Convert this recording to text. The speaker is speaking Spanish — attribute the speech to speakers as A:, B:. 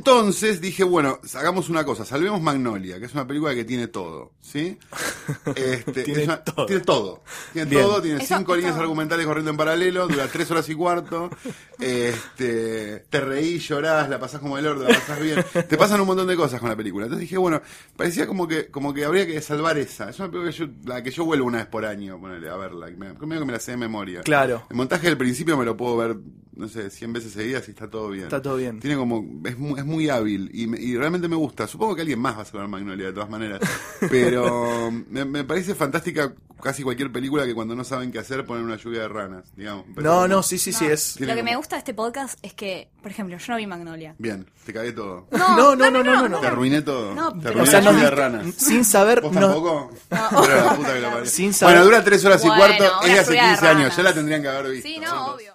A: Entonces dije, bueno, hagamos una cosa, salvemos Magnolia, que es una película que tiene todo, ¿sí? Este,
B: Tiene
A: es una-
B: todo.
A: tiene todo. Tiene
B: Bien.
A: todo, tiene
C: Eso-
A: cinco líneas
C: eso-
A: argumentales corriendo en paralelo, dura tres horas y cuarto, este, te reí, llorás, la pasás como el orto, la pasás bien. Te pasan un montón de cosas con la película. Entonces dije, bueno, parecía como que, como que habría que salvar esa. Es una película que yo, la que yo vuelvo una vez por año, ponele, a verla. que Me, medio que me la sé de memoria.
B: Claro.
A: El montaje del principio me lo puedo ver, no sé, 100 veces seguidas y está todo bien.
B: Está todo bien.
A: Tiene como. Es muy, es muy hábil y, me- y realmente me gusta. Supongo que alguien más va a salvar Magnolia de todas maneras. Pero me, me parece fantástica casi cualquier película que cuando no saben qué hacer ponen una lluvia de ranas, digamos. Pero
B: No,
A: bueno.
B: no, sí, sí, sí,
C: No,
B: es.
C: Lo
A: Tiene
C: que
A: como-
C: me gusta de este podcast es que, por ejemplo, yo no vi Magnolia.
A: Bien, te cagué todo.
B: No, no, no, no, no,
A: Te arruiné todo.
C: No,
A: te
C: pero-
A: arruiné
C: O sea,
A: la
C: no-
A: lluvia de ranas.
B: Sin saber.
A: ¿Vos
B: no-
A: tampoco? Pero la puta que lo parió.
B: Sin saber-
A: Bueno, dura tres horas y
C: Bueno,
A: cuarto.
C: una
A: Es de hace
C: lluvia de
A: 15 años.
C: ranas.
A: Ya la tendrían que haber visto.
C: Sí,
A: Nosotros.
C: no, obvio.